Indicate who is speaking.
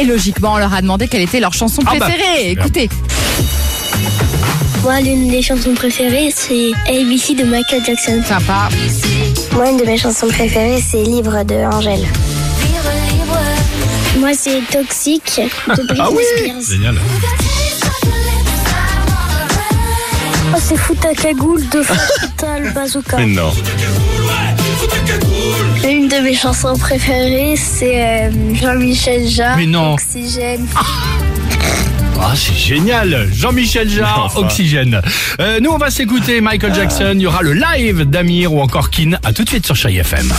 Speaker 1: Et logiquement, on leur a demandé quelle était leur chanson
Speaker 2: Ah bah.
Speaker 1: préférée. Écoutez,
Speaker 3: Moi, l'une des chansons préférées, c'est ABC de Michael Jackson.
Speaker 1: sympa.
Speaker 3: Moi, une de mes chansons préférées, c'est Libre de Angèle. Moi, c'est Toxique de Britney
Speaker 2: Ah oui
Speaker 3: Spears.
Speaker 2: Génial.
Speaker 3: Oh, c'est Fouta Cagoule de Fatal Bazooka.
Speaker 2: Mais non.
Speaker 3: Une de mes chansons préférées, c'est euh, Jean-Michel Jarre.
Speaker 4: Mais non.
Speaker 3: Oxygène.
Speaker 4: Ah, c'est génial Jean-Michel Jarre,
Speaker 2: Enfin. Ah.
Speaker 4: Oxygène. Euh, nous, on va s'écouter Michael Jackson. Il y aura le live d'Amir ou encore Kin. À tout de suite sur Chai FM.